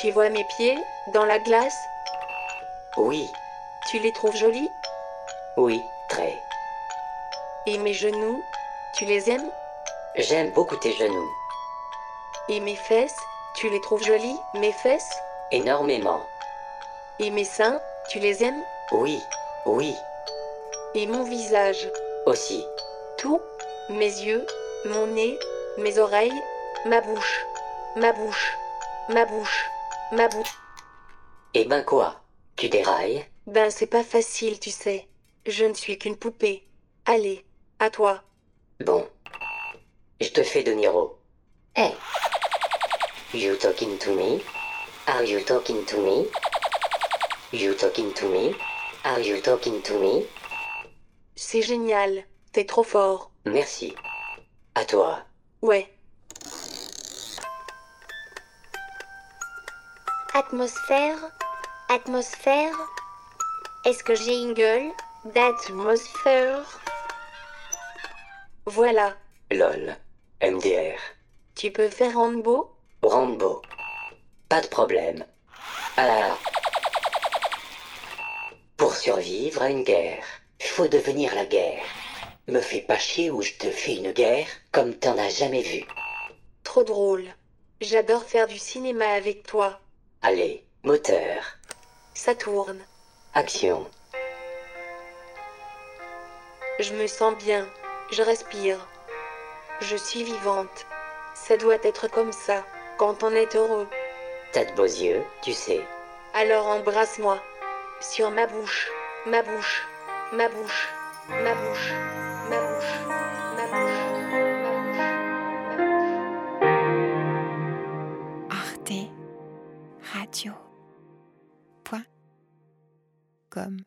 Tu vois mes pieds, dans la glace Oui, Tu les trouves jolis oui, très. Et mes genoux Tu les aimes J'aime beaucoup tes genoux. Et mes fesses Tu les trouves jolies, mes fesses Énormément. Et mes seins Tu les aimes Oui, oui, Et mon visage aussi. Tout Mes yeux, mon nez, mes oreilles, ma bouche, ma bouche, ma bouche, ma bouche. Eh ben quoi Tu dérailles Ben c'est pas facile, tu sais. Je ne suis qu'une poupée. Allez, à toi. Bon. Je te fais De Niro. Hey. You talking to me? Are you talking to me? You talking to me? Are you talking to me? C'est génial. T'es trop fort. Merci. À toi. Ouais. Atmosphère Atmosphère Est-ce que j'ai une gueule D'atmosphère Voilà. LOL. MDR. Tu peux faire handball Rambo. Pas de problème. Alors. Pour survivre à une guerre, faut devenir la guerre. Me fais pas chier ou je te fais une guerre comme t'en as jamais vu. Trop drôle. J'adore faire du cinéma avec toi. Allez, moteur, Ça tourne. action. Je me sens bien. Je respire. Je suis vivante. Ça doit être comme ça, quand on est heureux. T'as de beaux yeux, tu sais. Alors embrasse-moi. Sur ma bouche, ma bouche, ma bouche, ma bouche, ma bouche, ma bouche, ma bouche. Arte Radio. Point. Comme.